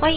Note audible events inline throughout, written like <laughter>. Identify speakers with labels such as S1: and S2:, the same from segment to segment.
S1: 欢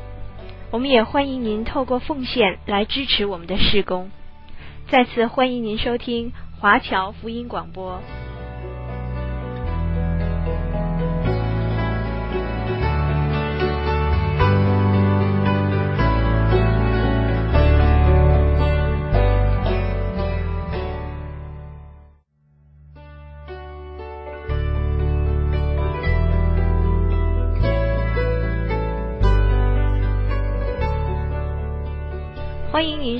S1: 我们也欢迎您透过奉献来支持我们的事工。再次欢迎您收听华侨福音广播。欢迎您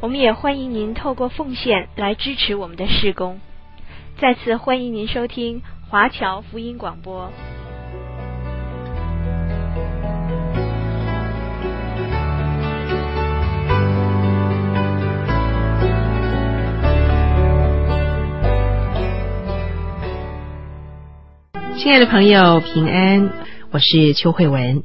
S1: 我们也欢迎您透过奉献来支持我们的事工。再次欢迎您收听华侨福音广播。
S2: 亲爱的朋友，平安，我是邱慧文。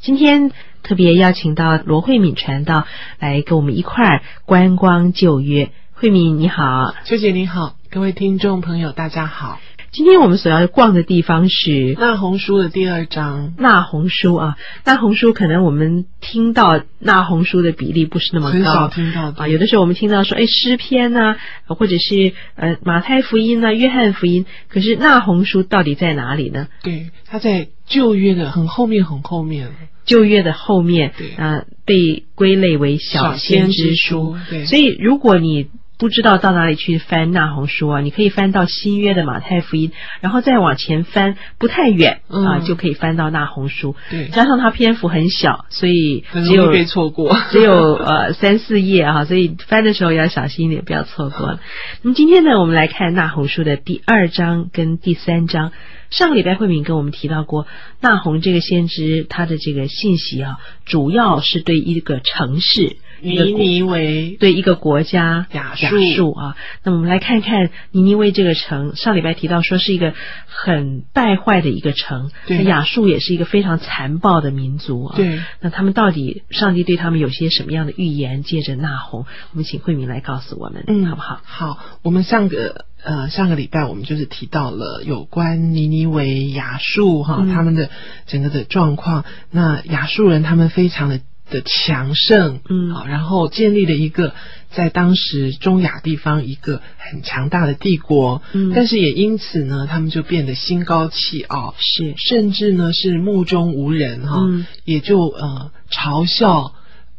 S2: 今天特别邀请到罗慧敏传道来跟我们一块儿观光旧约。慧敏你好，
S3: 秋姐你好，各位听众朋友大家好。
S2: 今天我们所要逛的地方是
S3: 那红书的第二章，
S2: 那红书啊，那红书可能我们听到那红书的比例不是那么
S3: 很少
S2: 高。
S3: 听到
S2: 啊，
S3: 的。
S2: 有的时候我们听到说，哎，诗篇呐、或者是呃马太福音呐、约翰福音，可是那红书到底在哪里呢？
S3: 对，他在旧约的很后面，很后面
S2: 旧约的后面
S3: 对，
S2: 呃，被归类为小先知书。。
S3: 对，
S2: 所以，如果你不知道到哪里去翻那红书啊，你可以翻到新约的马太福音，然后再往前翻，不太远啊、
S3: 嗯
S2: 就可以翻到那红书。
S3: 对，
S2: 加上它篇幅很小，所以
S3: 很
S2: 只有
S3: 容易被错过。
S2: <laughs> 只有呃三四页啊，所以翻的时候要小心一点，不要错过
S3: <laughs>
S2: 了。那么今天呢，我们来看那红书的第二章跟第三章。上个礼拜慧敏跟我们提到过，那红这个先知他的这个信息啊，主要是对一个城市、一个
S3: 尼
S2: 国
S3: 尼为
S2: 对一个国家
S3: 亚
S2: 亚
S3: 述
S2: 述啊。那么我们来看看尼尼微这个城，上礼拜提到说是一个很败坏的一个城，
S3: 对
S2: 那亚述也是一个非常残暴的民族啊。
S3: 对，
S2: 那他们到底上帝对他们有些什么样的预言？借着那红，我们请慧敏来告诉我们，
S3: 嗯
S2: 好不好？
S3: 好，我们上个呃上个礼拜我们就是提到了有关尼尼维亚述哈、
S2: 嗯
S3: 他们的整个的状况。那亚述人他们非常的的强盛，
S2: 嗯
S3: 啊好，然后建立了一个在当时中亚地方一个很强大的帝国。
S2: 嗯
S3: 但是也因此呢，他们就变得心高气傲，
S2: 是，
S3: 甚至呢是目中无人哈、
S2: 嗯
S3: 也就呃嘲笑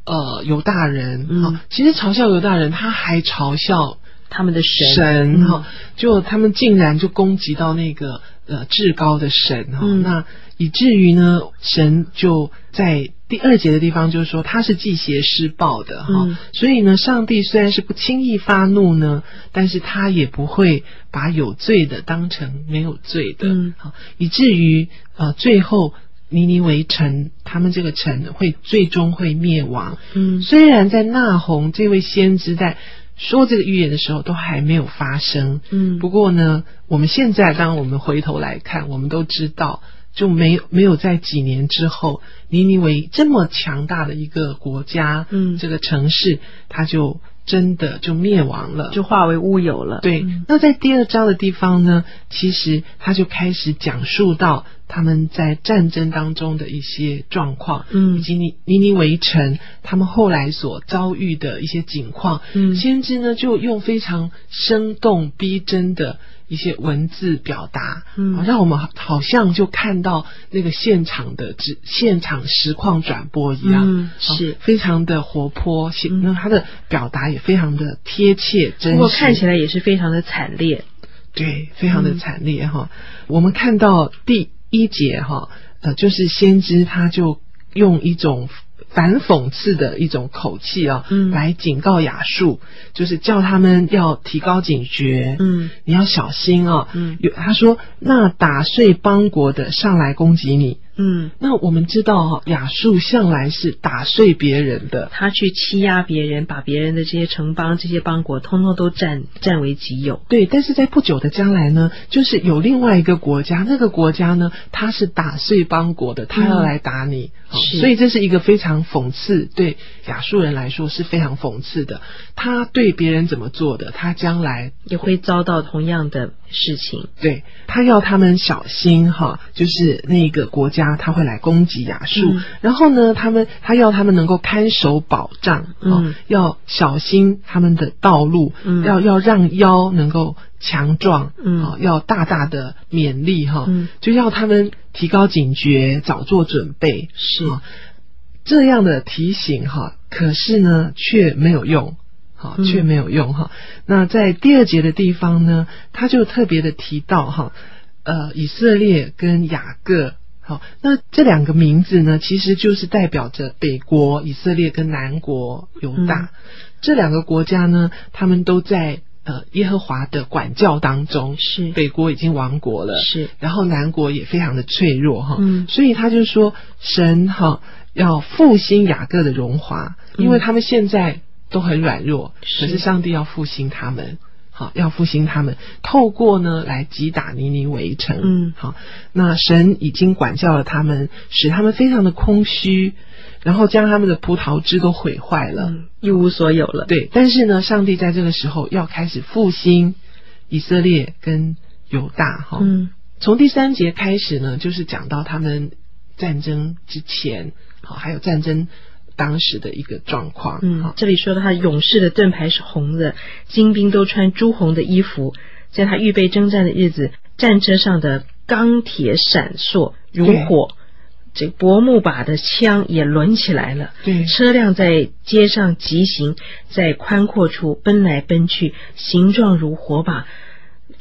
S3: 呃犹大人哈、
S2: 嗯
S3: 其实嘲笑犹大人，他还嘲笑
S2: 他们的神，
S3: 神
S2: 嗯
S3: 哈、就他们竟然就攻击到那个呃至高的神哈、
S2: 嗯
S3: 那以至于呢，神就在第二节的地方就是说他是祭邪施暴的哈、
S2: 嗯
S3: 所以呢，上帝虽然是不轻易发怒呢，但是他也不会把有罪的当成没有罪的，
S2: 嗯
S3: 好，以至于呃最后。尼尼微城，他们这个城会最终会灭亡。
S2: 嗯
S3: 虽然在那红这位先知在说这个预言的时候都还没有发生，
S2: 嗯，
S3: 不过呢，我们现在当我们回头来看，我们都知道。就没有没有在几年之后，尼尼微这么强大的一个国家，
S2: 嗯
S3: 这个城市，它就真的就灭亡了，
S2: 就化为乌有了。
S3: 对，
S2: 嗯
S3: 那在第二章的地方呢，其实他就开始讲述到他们在战争当中的一些状况，
S2: 嗯
S3: 以及尼尼尼围城他们后来所遭遇的一些景况。
S2: 嗯
S3: 先知呢就用非常生动逼真的。一些文字表达，
S2: 嗯
S3: 啊让我们好好像就看到那个现场的直现场实况转播一样，
S2: 嗯
S3: 啊
S2: 是
S3: 非常的活泼，写
S2: 嗯
S3: 那他的表达也非常的贴切真
S2: 不过看
S3: 实。
S2: 起来也是非常的惨烈。
S3: 对，非常的
S2: 嗯
S3: 惨烈哈、我们看到第一节哈，呃，就是先知他就用一种反讽刺的一种口气啊，
S2: 嗯
S3: 来警告雅述，就是叫他们要提高警觉，
S2: 嗯
S3: 你要小心啊。
S2: 嗯
S3: 有他说，那打碎邦国的上来攻击你。
S2: 嗯，
S3: 那我们知道哈、雅述向来是打碎别人的，
S2: 他去欺压别人，把别人的这些城邦、这些邦国，通通都占占为己有。
S3: 对，但是在不久的将来呢，就是有另外一个国家，那个国家呢，它是打碎邦国的，他要来打你，好
S2: 嗯是
S3: 所以这是一个非常讽刺，对亚述人来说是非常讽刺的。他对别人怎么做的，他将来
S2: 也会遭到同样的事情。
S3: 对他要他们小心哈，就是那个国家他会来攻击亚述，
S2: 嗯
S3: 然后呢，他们他要他们能够看守保障，
S2: 嗯
S3: 哦，要小心他们的道路，
S2: 嗯
S3: 要要让腰能够强壮，
S2: 嗯
S3: 哦，要大大的勉励哈，
S2: 嗯
S3: 就要他们提高警觉，早做准备，
S2: 是
S3: 哦这样的提醒哈，可是呢却没有用，好
S2: 嗯
S3: 却没有用哈。那在第二节的地方呢，他就特别的提到哈，呃，以色列跟雅各。好，那这两个名字呢，其实就是代表着北国以色列跟南国犹大、
S2: 嗯
S3: 这两个国家呢，他们都在呃耶和华的管教当中。
S2: 是
S3: 北国已经亡国了，
S2: 是，
S3: 然后南国也非常的脆弱哈，
S2: 嗯
S3: 所以他就说神哈要复兴雅各的荣华，
S2: 嗯
S3: 因为他们现在都很软弱，
S2: 是
S3: 可是上帝要复兴他们。好，要复兴他们，透过呢来击打尼尼围城。
S2: 嗯
S3: 好，那神已经管教了他们，使他们非常的空虚，然后将他们的葡萄枝都毁坏了。
S2: 嗯，一无所有了。
S3: 对，但是呢，上帝在这个时候要开始复兴以色列跟犹大哈。
S2: 嗯
S3: 从第三节开始呢，就是讲到他们战争之前，好，还有战争当时的一个状况，
S2: 嗯
S3: 好，，
S2: 这里说到他勇士的盾牌是红的，精兵都穿朱红的衣服，在他预备征战的日子，战车上的钢铁闪烁如
S3: 对
S2: 火，这薄木把的枪也抡起来了。
S3: 对
S2: 车辆在街上疾行，在宽阔处奔来奔去，形状如火把，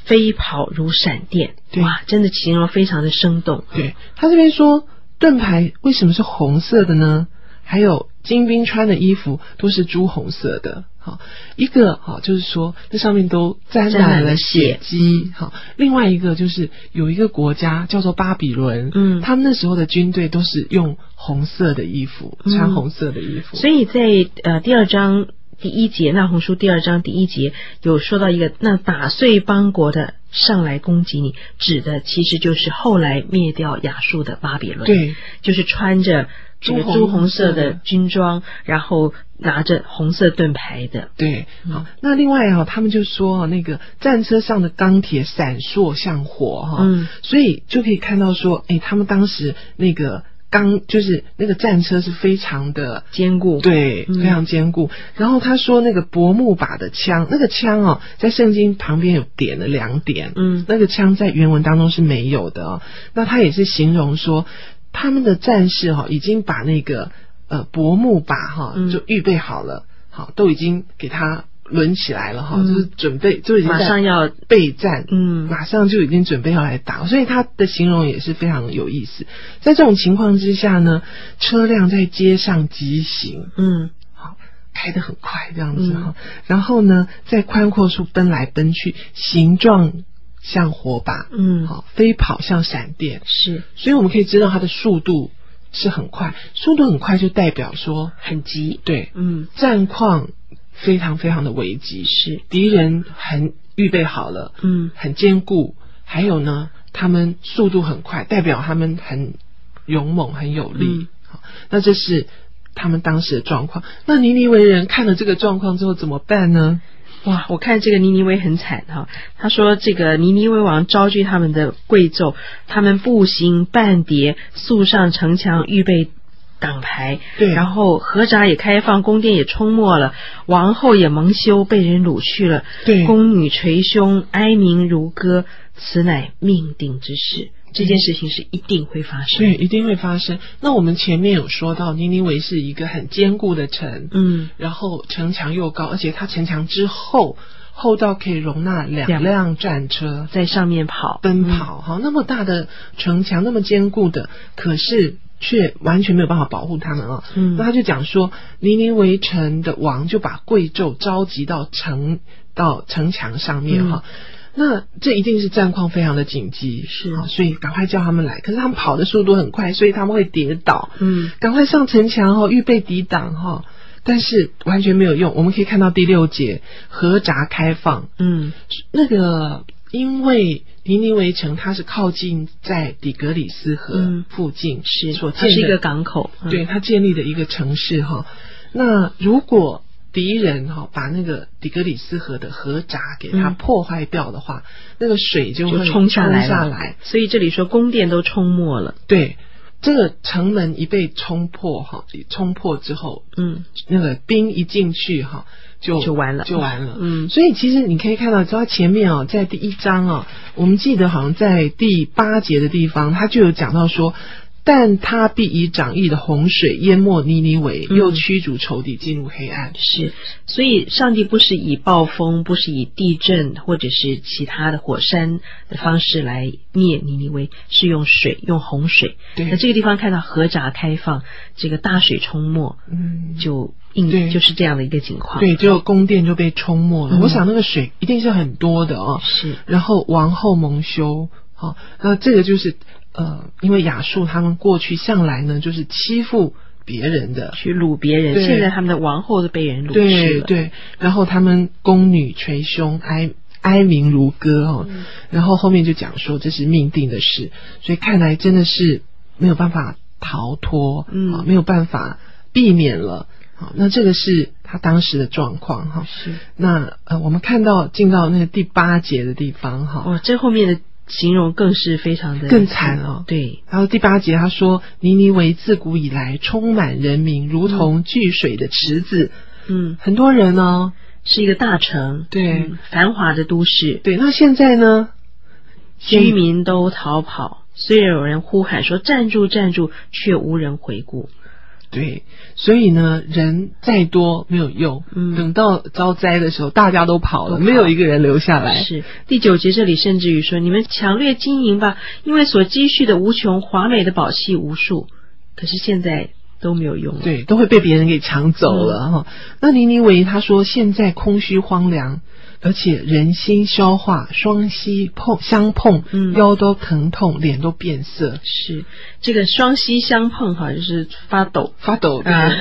S2: 飞跑如闪电。
S3: 对
S2: 哇，真的形容非常的生动。
S3: 对，他这边说盾牌为什么是红色的呢？还有精兵穿的衣服都是朱红色的，好，一个好就是说这上面都沾
S2: 沾
S3: 染
S2: 染了
S3: 了
S2: 血
S3: 血迹，好，另外一个就是有一个国家叫做巴比伦，
S2: 嗯
S3: 他们那时候的军队都是用红色的衣服，
S2: 嗯
S3: 穿红色的衣服，
S2: 所以在呃第二章第一节《那红书》第二章第一节有说到一个，那打碎邦国的上来攻击你，指的其实就是后来灭掉亚述的巴比伦，，
S3: 对
S2: 就是穿着这个
S3: 朱红
S2: 朱红色
S3: 色
S2: 的
S3: 的
S2: 军装，然后拿着红色盾牌的，
S3: 对，
S2: 嗯
S3: 好，那另外哈、他们就说、啊、那个战车上的钢铁闪烁像火哈、
S2: 嗯
S3: 所以就可以看到说，哎，他们当时那个钢就是那个战车是非常的。
S2: 坚固，，
S3: 对，
S2: 嗯
S3: 非常坚固。然后他说那个薄木把的枪，那个枪哦，在圣经旁边有点了两点，
S2: 嗯
S3: 那个枪在原文当中是没有的、哦。那他也是形容说，他们的战士哈、已经把那个呃薄木把哈、
S2: 嗯
S3: 就预备好了，好都已经给他抡起来了哈、
S2: 嗯
S3: 就是准备就已经在
S2: 马上要
S3: 备战，
S2: 嗯
S3: 马上就已经准备要来打，所以他的形容也是非常有意思。在这种情况之下呢，车辆在街上疾行，
S2: 嗯
S3: 开得很快这样子哈、然后呢，在宽阔处奔来奔去，形状像火把，
S2: 嗯，
S3: 好、飞跑像闪电，
S2: 是
S3: 所以我们可以知道它的速度是很快，速度很快就代表说
S2: 很急，
S3: 对
S2: 嗯
S3: 战况非常非常的危急，
S2: 是，
S3: 敌人很预备好了，
S2: 嗯
S3: 很坚固，还有呢，他们速度很快，代表他们很勇猛、很有力
S2: 嗯。
S3: 好，那这是他们当时的状况。那尼尼维人看了这个状况之后怎么办呢？
S2: 哇，我看这个尼尼微很惨哈、他说这个尼尼微王招聚他们的贵胄，他们步行半叠，宿上城墙，预备港牌，
S3: 对
S2: 然后河闸也开放，宫殿也冲没了，王后也蒙羞，被人掳去了，
S3: 对
S2: 宫女捶胸，哀鸣如歌，此乃命定之事。这件事情是一定会发生。
S3: 对，，一定会发生。那我们前面有说到，尼尼微是一个很坚固的城，
S2: 嗯，
S3: 然后城墙又高，而且它城墙之后厚到可以容纳两
S2: 两嗯
S3: 辆战车
S2: 在上面跑，
S3: 奔跑。哈、那么大的城墙，那么坚固的，可是却完全没有办法保护他们啊。
S2: 嗯，
S3: 那他就讲说，尼尼微城的王就把贵胄召集到城到城墙上面
S2: 嗯
S3: 哈。那这一定是战况非常的紧急，
S2: 是
S3: 啊所以赶快叫他们来。可是他们跑的速度很快，所以他们会跌倒。
S2: 嗯，
S3: 赶快上城墙哈、哦，预备抵挡哈、哦。但是完全没有用。我们可以看到第六节，河闸开放，
S2: 嗯
S3: 那个因为尼尼微城它是靠近在底格里斯河
S2: 嗯
S3: 附近，
S2: 是，
S3: 所
S2: 它
S3: 建
S2: 是一
S3: 的
S2: 个港口，嗯
S3: 对，他建立的一个城市哈。那如果敌人哈把那个底格里斯河的河闸给它
S2: 嗯
S3: 破坏掉的话，那个水就
S2: 就
S3: 会
S2: 冲下来了
S3: 下来。
S2: 所以这里说宫殿都冲没了，
S3: 对，这个城门一被冲破哈，冲破之后，
S2: 嗯，
S3: 那个兵一进去哈，就
S2: 就完了，
S3: 就完了。
S2: 嗯
S3: 所以其实你可以看到，知道前面哦，在第一章哦，我们记得好像在第八节的地方，他就有讲到说，但他必以涨溢的洪水淹没尼尼微，
S2: 嗯
S3: 又驱逐仇敌进入黑暗。
S2: 是，所以上帝不是以暴风，不是以地震或者是其他的火山的方式来灭尼尼微，是用水，用洪水。那
S3: 对，
S2: 这个地方看到河闸开放，这个大水冲没，
S3: 嗯，
S2: 就应
S3: 对
S2: 就是这样的一个情况。，
S3: 对，就宫殿就被冲没了。
S2: 嗯
S3: 我想那个水一定是很多的哦。
S2: 是，
S3: 然后王后蒙羞，好、那这个就是呃，因为亚述他们过去向来呢就是欺负别人的，
S2: 去掳别人。
S3: 对
S2: 现在他们的王后都被人掳去
S3: 对
S2: 了。
S3: 对，然后他们宫女捶胸哀哀鸣如歌哦，
S2: 嗯
S3: 然后后面就讲说这是命定的事，所以看来真的是没有办法逃脱，
S2: 嗯
S3: 啊没有办法避免了。好，那这个是他当时的状况哈。
S2: 是。
S3: 那呃，我们看到进到那个第八节的地方哈，
S2: 哇，哦这后面的形容更是非常的
S3: 更惨哦
S2: 对，
S3: 然后第八节他说：“尼尼微自古以来充满人民，如同聚水的池子。
S2: 嗯，
S3: 很多人哦呢、
S2: 是一个大城，
S3: 对
S2: 嗯繁华的都市。
S3: 对，那现在呢？
S2: 居民都逃跑，虽然有人呼喊说“站住，站住”，却无人回顾。
S3: 对，所以呢，人再多没有用。
S2: 嗯
S3: 等到遭灾的时候，大家都跑了，
S2: 都跑
S3: 没有一个人留下来。
S2: 是第九节这里甚至于说：“你们强烈经营吧，因为所积蓄的无穷，华美的宝器无数。”可是现在都没有用了。，
S3: 对，都会被别人给抢走了
S2: 嗯
S3: 哈、那尼尼维他说，现在空虚荒凉，而且人心消化，双膝碰相碰，
S2: 嗯
S3: 腰都疼痛，脸都变色，
S2: 是这个双膝相碰，好像是发抖。
S3: 发抖的，
S2: 啊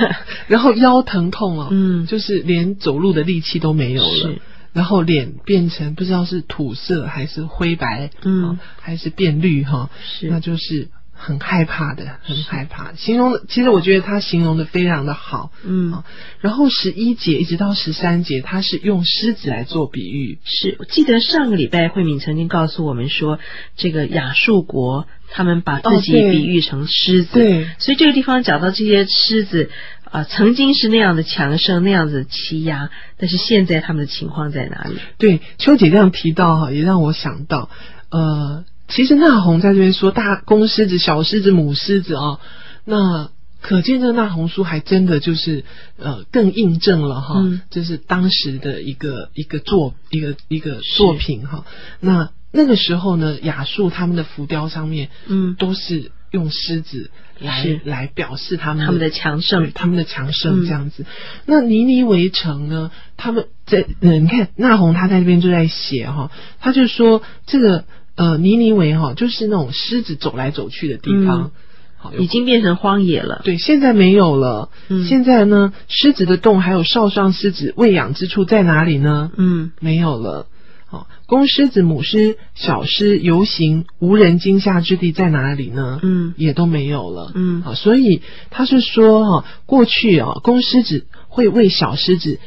S3: 然后腰疼痛哦，
S2: 嗯，
S3: 就是连走路的力气都没有了
S2: 是。
S3: 然后脸变成不知道是土色还是灰白，
S2: 嗯
S3: 哦还是变绿哈、那
S2: 是
S3: 就是很害怕的，很害怕。形容的，其实我觉得他形容的非常的好。
S2: 嗯
S3: 啊。然后十一节一直到十三节，他是用狮子来做比喻。
S2: 是，我记得上个礼拜慧敏曾经告诉我们说，这个亚述国他们把自己
S3: 哦对
S2: 比喻成狮子，
S3: 对
S2: 所以这个地方讲到这些狮子啊、曾经是那样的强盛，那样子欺压，但是现在他们的情况在哪里？
S3: 对，秋姐这样提到哈，也让我想到，呃，其实那红在这边说大公狮子、小狮子、母狮子啊、那。可见这那红书还真的就是，呃，更印证了哈，
S2: 嗯
S3: 这是当时的一个一个作一个一个
S2: 是
S3: 作品哈。那那个时候呢，雅树他们的浮雕上面
S2: 嗯，
S3: 都是用狮子来
S2: 是
S3: 来表示他们
S2: 他们的强
S3: 对
S2: 盛，
S3: 他们的强盛
S2: 嗯
S3: 这样子。那尼尼围城呢？他们在呃，你看那红他在这边就在写哈、他就说这个呃尼尼围哈、就是那种狮子走来走去的地方
S2: 嗯，
S3: 好
S2: 已经变成荒野了。
S3: 对，现在没有了。
S2: 嗯
S3: 现在呢，狮子的洞还有少壮狮子喂养之处在哪里呢？
S2: 嗯，
S3: 没有了。好，公狮子、母狮、小狮游行无人惊吓之地在哪里呢？
S2: 嗯
S3: 也都没有了。
S2: 嗯
S3: 好，所以他是说哈、过去啊、公狮子会为小狮子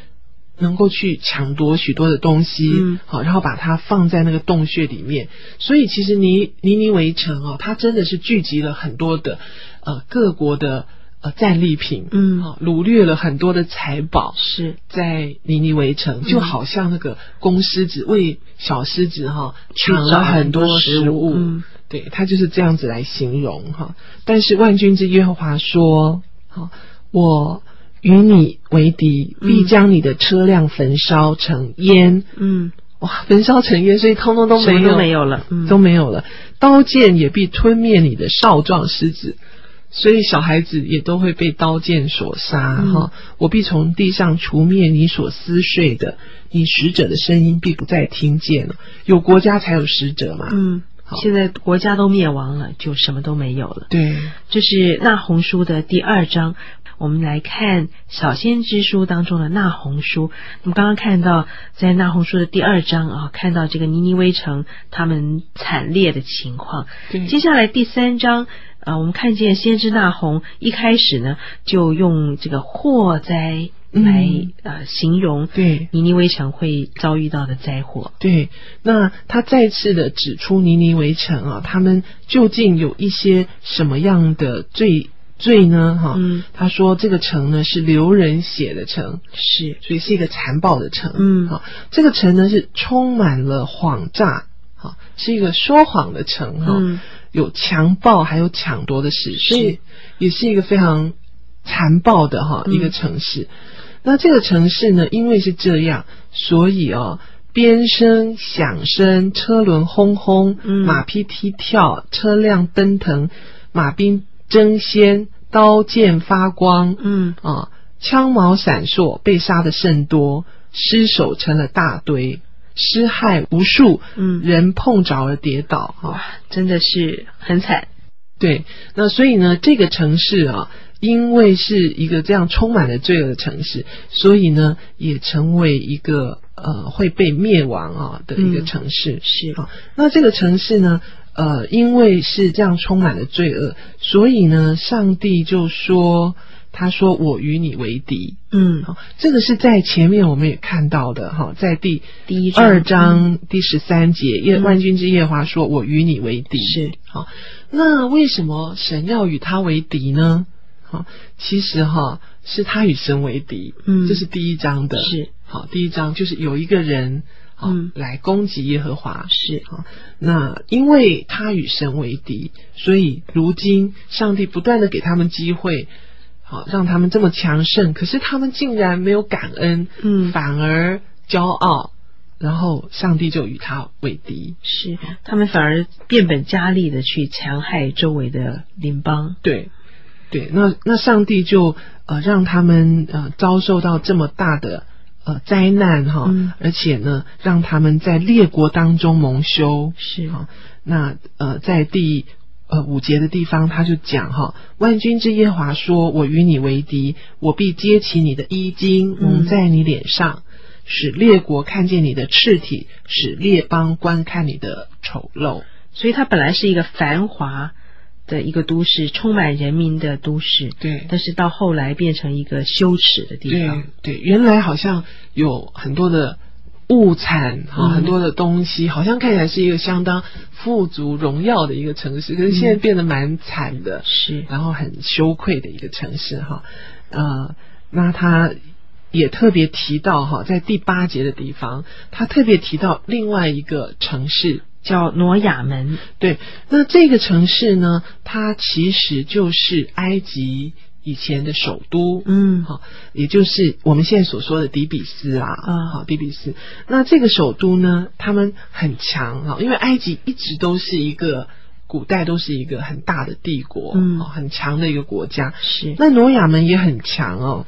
S3: 能够去抢夺许多的东西，
S2: 嗯
S3: 好，然后把它放在那个洞穴里面。所以其啊实尼尼尼围城哦，它真的是聚集了很多的呃各国的。呃战利品，
S2: 嗯
S3: 好、掳掠了很多的财宝，
S2: 是
S3: 在尼尼围城，就好像那个公狮子为小狮子哈、抢了很多食物，
S2: 嗯
S3: 对他就是这样子来形容哈。但是万军之耶和华说：“好，我与你为敌，
S2: 嗯
S3: 必将你的车辆焚烧成烟。
S2: 嗯，
S3: 哇，焚烧成烟，所以通通都
S2: 什
S3: 没
S2: 么
S3: 有，
S2: 都没有了，嗯，
S3: 都没有了。刀剑也必吞灭你的少壮狮子，所以小孩子也都会被刀剑所杀。哈、
S2: 嗯
S3: 我必从地上除灭你所撕碎的，你使者的声音必不再听见了。有国家才有使者嘛？
S2: 嗯
S3: 好。
S2: 现在国家都灭亡了，就什么都没有了。
S3: 对，
S2: 这是那红书的第二章。我们来看《小先知书》当中的那红书。我们刚刚看到，在那红书的第二章啊，看到这个尼尼微城他们惨烈的情况。
S3: 对
S2: 接下来第三章，呃，我们看见先知那红一开始呢，就用这个祸灾来、
S3: 嗯
S2: 呃形容
S3: 对
S2: 尼尼微城会遭遇到的灾祸。
S3: 对，那他再次的指出尼尼围城啊，他们究竟有一些什么样的罪罪呢？哈、
S2: 嗯，
S3: 他说这个城呢是流人血的城，
S2: 是，
S3: 所以是一个残暴的城。
S2: 嗯
S3: 好、这个城呢是充满了谎诈，好、是一个说谎的城哈、
S2: 嗯
S3: 有强暴还有抢夺的史，
S2: 是
S3: 所以也是一个非常残暴的哈、
S2: 嗯
S3: 一个城市。那这个城市呢，因为是这样，所以哦。鞭声、响声、车轮轰轰，
S2: 嗯
S3: 马匹踢跳，车辆奔腾，马兵争先，刀剑发光，
S2: 嗯
S3: 啊，枪矛闪烁，被杀的甚多，尸首成了大堆，尸骸无数，
S2: 嗯，
S3: 人碰着而跌倒啊。
S2: 真的是很惨。
S3: 对，那所以呢，这个城市啊，因为是一个这样充满了罪恶的城市，所以呢，也成为一个呃会被灭亡啊的一个
S2: 嗯
S3: 城市。
S2: 是
S3: 好那这个城市呢，呃，因为是这样充满了罪恶，所以呢，上帝就说，他说我与你为敌。
S2: 嗯，
S3: 好，这个是在前面我们也看到的哈，在第
S2: 第一章
S3: 二章第十三节，耶、
S2: 嗯
S3: 万军之耶和华说：“我与你为敌。”
S2: 是
S3: 好，那为什么神要与他为敌呢？好，其实哈是他与神为敌，
S2: 嗯
S3: 这是第一章的，
S2: 是
S3: 好，第一章就是有一个人好、
S2: 嗯
S3: 来攻击耶和华，
S2: 是
S3: 好，那因为他与神为敌，所以如今上帝不断的给他们机会，好让他们这么强盛，可是他们竟然没有感恩，
S2: 嗯
S3: 反而骄傲，然后上帝就与他为敌。
S2: 是，他们反而变本加厉的去残害周围的邻邦。
S3: 对，对，那那上帝就呃让他们呃遭受到这么大的呃灾难哈，
S2: 嗯
S3: 而且呢让他们在列国当中蒙羞。
S2: 是
S3: 好，那呃，在第呃五节的地方，他就讲哈，万军之耶和华说：“我与你为敌，我必揭起你的衣襟，
S2: 嗯
S3: 蒙在你脸上，使列国看见你的赤体，使列邦观看你的丑陋。
S2: 所以它本来是一个繁华的一个都市，充满人民的都市，
S3: 对
S2: 但是到后来变成一个羞耻的地
S3: 对
S2: 方。
S3: 对，原来好像有很多的。物产哈，
S2: 嗯
S3: 很多的东西，好像看起来是一个相当富足、荣耀的一个城市，可是现在
S2: 嗯
S3: 变得蛮惨的。
S2: 是，
S3: 然后很羞愧的一个城市哈。呃，那他也特别提到哈，在第八节的地方，他特别提到另外一个城市。
S2: 叫挪亚门。
S3: 对，那这个城市呢，它其实就是埃及以前的首都。
S2: 嗯，
S3: 好，也就是我们现在所说的底比斯啦，
S2: 啊
S3: 好，底比斯。那这个首都呢，他们很强啊，因为埃及一直都是一个古代都是一个很大的帝国，
S2: 嗯
S3: 哦很强的一个国家。
S2: 是，
S3: 那挪亚门也很强哦，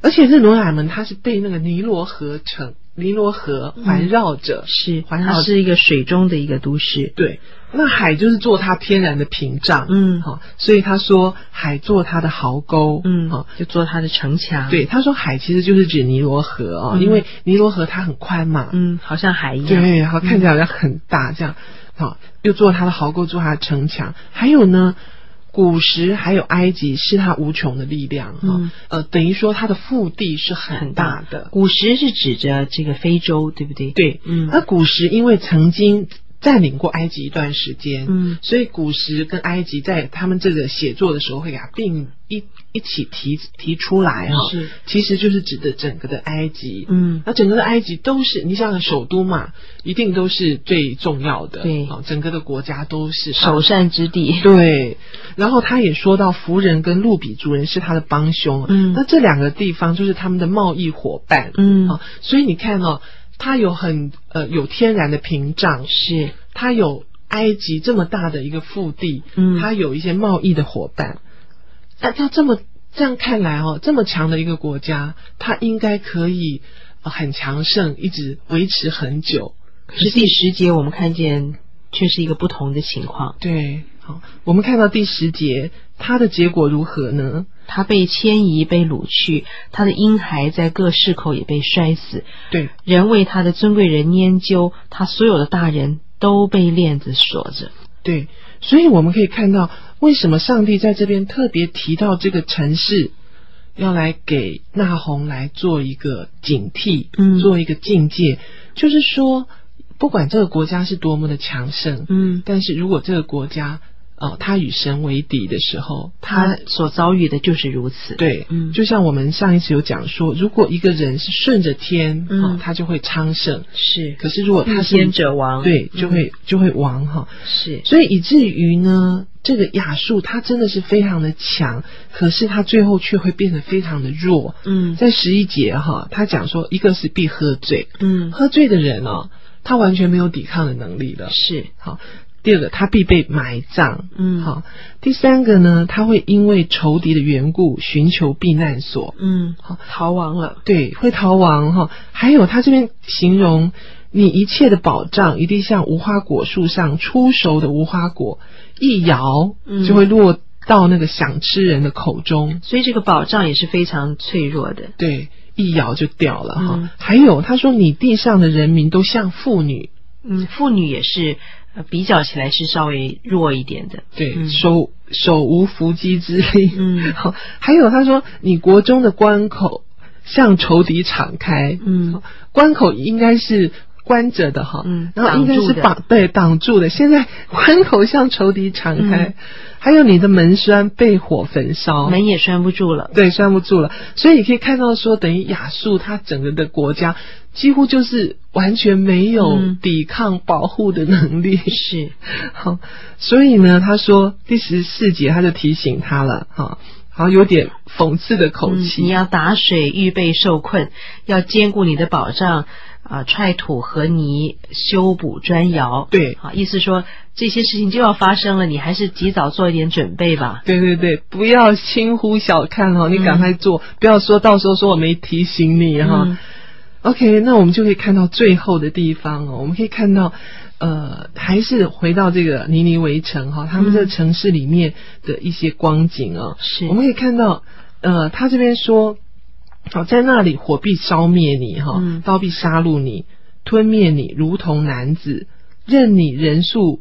S3: 而且这挪亚门它是被那个尼罗河城、尼罗河环绕着，
S2: 是，
S3: 环绕
S2: 它是一个水中的一个都市。
S3: 对，那海就是做它天然的屏障，
S2: 嗯
S3: 好、所以他说海做它的壕沟，
S2: 嗯
S3: 好、，
S2: 就做它的城墙。，
S3: 对，他说海其实就是指尼罗河哦，
S2: 嗯
S3: 因为尼罗河它很宽嘛，
S2: 嗯，好像海一样。
S3: 对，然后看起来好像很大这样，好、又做它的壕沟，做它的城墙，还有呢。古时还有埃及是它无穷的力量哈、
S2: 嗯
S3: 呃，等于说它的腹地是很
S2: 很
S3: 大
S2: 大
S3: 的。
S2: 古时是指着这个非洲，对不对？，
S3: 对，啊
S2: 嗯
S3: 那古时因为曾经占领过埃及一段时间，
S2: 嗯
S3: 所以古时跟埃及在他们这个写作的时候会把并一一起提提出来哈、
S2: 嗯是
S3: 其实就是指的整个的埃及，
S2: 嗯
S3: 那整个的埃及都是，你想想首都嘛，一定都是最重要的，
S2: 对
S3: 好，整个的国家都是它
S2: 首善之地，
S3: 对，然后他也说到，福人跟路比族人是他的帮凶，
S2: 嗯
S3: 那这两个地方就是他们的贸易伙伴，
S2: 嗯
S3: 好所以你看哦，它有很呃有天然的屏障，
S2: 是
S3: 它有埃及这么大的一个腹地，
S2: 嗯
S3: 它有一些贸易的伙伴，那它这么这样看来哦，这么强的一个国家，它应该可以、呃很强盛，一直维持很久，
S2: 可是第十节我们看见却是一个不同的情况，
S3: 对。好，我们看到第十节，它的结果如何呢？
S2: 他被迁移，被掳去，他的婴孩在各市口也被摔死，
S3: 对，
S2: 人为他的尊贵人研究，他所有的大人都被链子锁着。
S3: 对，所以我们可以看到，为什么上帝在这边特别提到这个城市，要来给那红来做一个警惕，
S2: 嗯
S3: 做一个境界，就是说，不管这个国家是多么的强盛，
S2: 嗯，
S3: 但是如果这个国家，呃，它与神为敌的时候，
S2: 他
S3: 它
S2: 所遭遇的就是如此。，
S3: 对，
S2: 嗯
S3: 就像我们上一次有讲说，如果一个人是顺着天，
S2: 嗯
S3: 啊，他就会昌盛；
S2: 是
S3: 可是如果他
S2: 他
S3: 是
S2: 先者嗯亡，
S3: 对，就会、就会亡哈。
S2: 嗯是
S3: 所以以至于呢，这个亚述它真的是非常的强，可是它最后却会变得非常的弱。
S2: 嗯
S3: 在十一节哈，他讲说，一个是必喝醉，
S2: 嗯
S3: 喝醉的人哦，他完全没有抵抗的能力了。
S2: 是
S3: 好，第二个他必被埋葬。
S2: 嗯
S3: 好，第三个呢，他会因为仇敌的缘故寻求避难所。
S2: 嗯逃亡了。
S3: 对，会逃亡哈。还有他这边形容你一切的保障，一定像无花果树上出熟的无花果，一摇
S2: 嗯
S3: 就会落到那个想吃人的口中。
S2: 所以这个保障也是非常脆弱的。
S3: 对，一摇就掉了哈。
S2: 嗯
S3: 还有他说你地上的人民都像妇女，
S2: 嗯，妇女也是、呃比较起来是稍微弱一点的。
S3: 对，
S2: 嗯
S3: 手手无缚鸡之力。
S2: 嗯
S3: 好，还有他说你国中的关口向仇敌敞开。
S2: 嗯
S3: 关口应该是关着的哈，
S2: 嗯
S3: 然后应该是
S2: 挡
S3: 绑对挡住的。现在关口向仇敌敞开，
S2: 嗯
S3: 还有你的门栓被火焚烧，
S2: 门也拴不住了。
S3: 对，拴不住了。所以你可以看到说，等于亚述它整个的国家几乎就是完全没有
S2: 嗯
S3: 抵抗保护的能力。
S2: 是，
S3: <laughs> 好，所以呢，他说第十四节他就提醒他了，哈，好有点讽刺的口
S2: 嗯
S3: 气。
S2: 你要打水预备受困，要兼顾你的保障，啊、踹土和泥，修补砖窑。
S3: 对
S2: 啊，意思说这些事情就要发生了，你还是及早做一点准备吧。
S3: 对对对，不要轻忽小看哦，你赶快做，不要说到时候说我没提醒你哈、
S2: 嗯
S3: OK，那我们就可以看到最后的地方哦，我们可以看到，呃，还是回到这个尼尼围城哈、他们这个城市里面的一些光景哦，
S2: 嗯是
S3: 我们可以看到，呃，他这边说，好、在那里火必烧灭你哈、
S2: 嗯
S3: 刀必杀戮你，吞灭你，如同男子，任你人数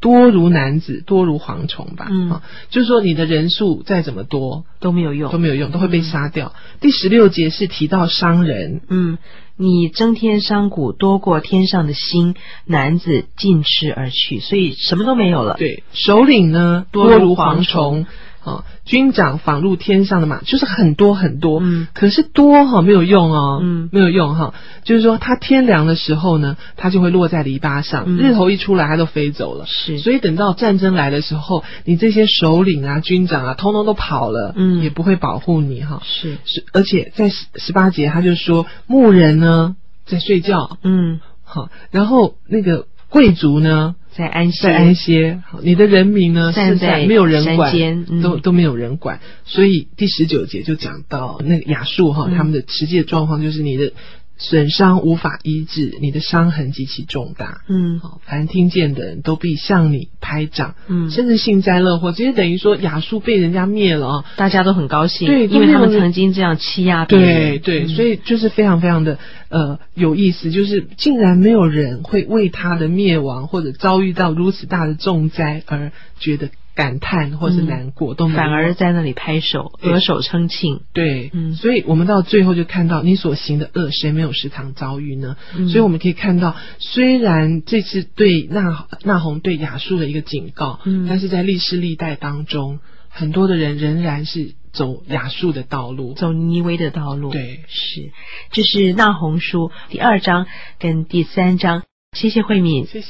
S3: 多如男子，多如蝗虫吧。
S2: 嗯
S3: 啊，就是说你的人数再怎么多
S2: 都没有嗯
S3: 都
S2: 用。
S3: 没有用，都会被杀掉。第十六节是提到商人，
S2: 嗯，你增添商贾多过天上的星，男子尽吃而去，所以什么都没有了。
S3: 对，首领呢
S2: 多
S3: 多
S2: 如
S3: 如
S2: 蝗
S3: 蝗
S2: 虫
S3: 虫。啊，军长仿入天上的马，就是很多很多，
S2: 嗯
S3: 可是多哈、没有用哦，
S2: 嗯
S3: 没有用哈、就是说它天凉的时候呢，它就会落在篱笆上，
S2: 嗯
S3: 日头一出来它都飞走了，
S2: 是，
S3: 所以等到战争来的时候，你这些首领啊、军长啊，通通都跑了，
S2: 嗯
S3: 也不会保护你哈。
S2: 是，
S3: 是，而且在十十八节他就说，牧人呢在睡觉，
S2: 嗯，
S3: 好，然后那个贵族呢
S2: 在安息，
S3: 在安歇，好，你的人民呢
S2: 站
S3: 是
S2: 在
S3: 在没有人
S2: 山
S3: 管，
S2: 间嗯
S3: 都都没有人管，所以第十九节就讲到那个亚述哈，
S2: 嗯
S3: 他们的实际的状况就是你的损伤无法医治，你的伤痕极其重大。
S2: 嗯
S3: 好，凡听见的人都必向你拍掌，
S2: 嗯，
S3: 甚至幸灾乐祸。其实等于说亚述被人家灭了啊，
S2: 大家都很高兴，
S3: 对
S2: 因为
S3: 都没
S2: 他
S3: 有
S2: 们
S3: 人
S2: 曾经这样欺压别
S3: 对
S2: 人，
S3: 对，
S2: 嗯
S3: 所以就是非常非常的呃有意思，就是竟然没有人会为他的灭亡或者遭遇到如此大的重灾而觉得感叹或是难过，都没
S2: 嗯
S3: 有
S2: 反而在那里拍手，
S3: 对
S2: 额手称庆。
S3: 对，
S2: 嗯
S3: 所以我们到最后就看到你所行的恶，谁没有时常遭遇呢？
S2: 嗯
S3: 所以我们可以看到，虽然这次对那那红对雅述的一个警告，
S2: 嗯
S3: 但是在历史历代当中，很多的人仍然是走雅述的道路。
S2: 走尼微的道路。，
S3: 对，
S2: 是，这是《那红书》第二章跟第三章。谢谢慧敏。
S3: 谢谢。